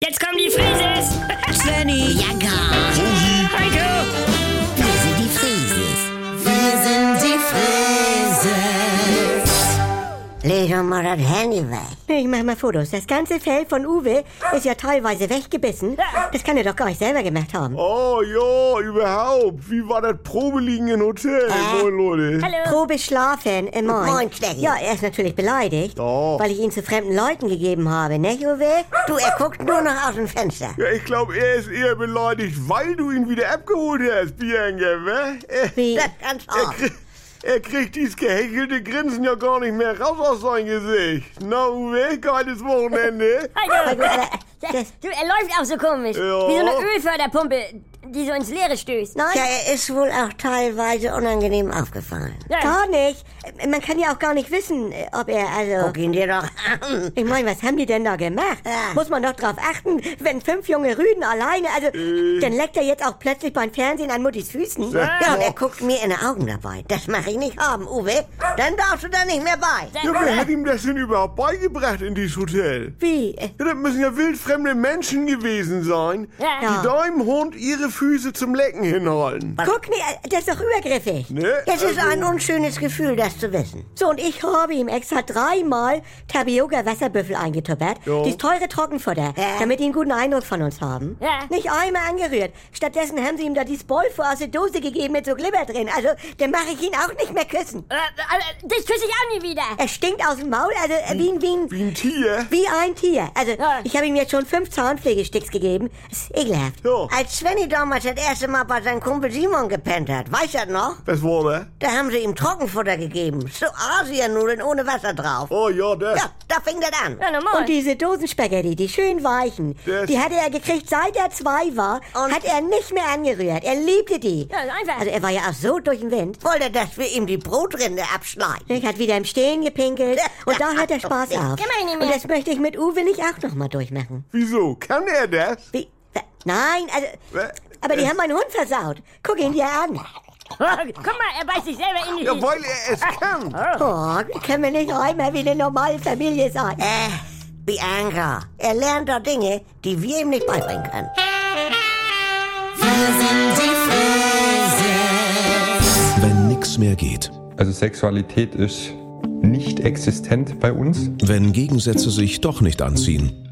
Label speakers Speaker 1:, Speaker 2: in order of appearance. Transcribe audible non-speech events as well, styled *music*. Speaker 1: *laughs*
Speaker 2: mal das Handy weg.
Speaker 3: Ich mach mal Fotos. Das ganze Fell von Uwe ist ja teilweise weggebissen. Das kann er doch gar nicht selber gemacht haben.
Speaker 4: Oh ja, überhaupt. Wie war das Probeliegen im Hotel?
Speaker 1: Ah.
Speaker 2: Äh?
Speaker 4: Moin Leute.
Speaker 1: Hallo.
Speaker 3: Probe schlafen, äh, moin.
Speaker 2: Moin, Knecki.
Speaker 3: Ja, er ist natürlich beleidigt,
Speaker 4: Doch.
Speaker 3: weil ich ihn zu fremden Leuten gegeben habe, ne, Uwe?
Speaker 2: Du, er guckt nur noch aus dem Fenster.
Speaker 4: Ja, ich glaube, er ist eher beleidigt, weil du ihn wieder abgeholt hast, Bianca, wa? Er,
Speaker 3: Wie?
Speaker 2: Das ganz
Speaker 4: er,
Speaker 2: oft.
Speaker 4: krieg- *laughs* er kriegt dieses gehäkelte Grinsen ja gar nicht mehr raus aus seinem Gesicht. Na, Uwe, geiles
Speaker 1: *laughs*
Speaker 4: Wochenende.
Speaker 1: Hallo.
Speaker 3: äh, das-
Speaker 1: Du, er läuft auch so komisch.
Speaker 4: Ja.
Speaker 1: Wie so eine Ölförderpumpe, die so ins Leere stößt.
Speaker 3: Nein,
Speaker 2: Ja, er ist wohl auch teilweise unangenehm aufgefallen.
Speaker 1: Ja.
Speaker 3: gar nicht. Äh, Man kann ja auch gar nicht wissen, äh, ob er, also...
Speaker 2: Guck ihn dir doch an.
Speaker 3: Ich meine, was haben die denn da gemacht?
Speaker 2: Ja.
Speaker 3: Muss man doch drauf achten, wenn fünf junge Rüden alleine, also, dann leckt er jetzt auch plötzlich beim Fernsehen an Muttis Füßen.
Speaker 2: Äh. Ja, und er guckt mir in die Augen dabei. Das mache ich nicht haben, Uwe. Dann darfst du da nicht mehr bei.
Speaker 4: Ja, wer hat ihm das denn überhaupt beigebracht in dieses Hotel?
Speaker 3: Wie? Äh,
Speaker 4: Ja, das müssen ja wildfremde Menschen gewesen sein,
Speaker 1: Ja.
Speaker 4: die deinem Hund ihre Füße zum Lecken hinhalten.
Speaker 3: Guck, nee, äh, das ist doch übergriffig.
Speaker 4: Ne?
Speaker 2: Das ist
Speaker 4: Also-
Speaker 2: ein unschönes Gefühl, das zu wissen.
Speaker 3: So, und ich habe ihm extra dreimal Tapioca-Wasserbüffel eingetuppert.
Speaker 4: Jo.
Speaker 3: Dieses teure Trockenfutter,
Speaker 2: Ja.
Speaker 3: damit die einen guten Eindruck von uns haben.
Speaker 1: Ja.
Speaker 3: Nicht einmal angerührt. Stattdessen haben sie ihm da dieses Bolfo aus der Dose gegeben mit so Glibber drin. Also, dann mache ich ihn auch nicht mehr küssen.
Speaker 1: Äh, äh, Dich küsse ich auch nie wieder.
Speaker 3: Er stinkt aus dem Maul, also äh, wie, ein- wie, ein,
Speaker 4: Wie ein Tier.
Speaker 3: wie ein Tier. Also,
Speaker 1: Ja.
Speaker 3: ich habe ihm jetzt schon fünf Zahnpflegesticks gegeben. Das ist ekelhaft.
Speaker 4: Ja.
Speaker 2: Als Svenny damals das erste Mal bei seinem Kumpel Simon gepennt hat, weiß er noch?
Speaker 4: Was war das?
Speaker 2: Da haben sie ihm Trockenfutter gegeben. So Asiennudeln ohne Wasser drauf.
Speaker 4: Oh ja, das.
Speaker 2: Ja, da fing das an.
Speaker 1: Ja, normal.
Speaker 3: Und diese Dosenspaghetti, die schön weichen,
Speaker 4: Das-
Speaker 3: die hatte er gekriegt, seit er zwei war,
Speaker 2: Und-
Speaker 3: hat er nicht mehr angerührt. Er liebte die.
Speaker 1: Ja, ist einfach.
Speaker 3: Also er war ja auch so durch den Wind.
Speaker 2: Wollte, dass wir ihm die Brotrinde abschneiden.
Speaker 3: Ich hat wieder im Stehen gepinkelt und da hört der Spaß auf.
Speaker 1: Kann man nicht mehr.
Speaker 3: Und das möchte ich mit Uwe nicht auch nochmal durchmachen.
Speaker 4: Wieso? Kann er das?
Speaker 3: Wie? Nein, also... Aber die haben meinen Hund versaut. Guck ihn dir an.
Speaker 1: Guck mal, er beißt sich selber in die
Speaker 4: Ja,
Speaker 1: Schienen.
Speaker 4: weil er es kann.
Speaker 3: Oh, können wir nicht einmal wie eine normale Familie sein?
Speaker 2: Äh, Bianca, er lernt da Dinge, die wir ihm nicht beibringen können.
Speaker 5: Wenn nichts mehr geht.
Speaker 6: Also Sexualität ist nicht existent bei uns.
Speaker 5: Wenn Gegensätze sich doch nicht anziehen.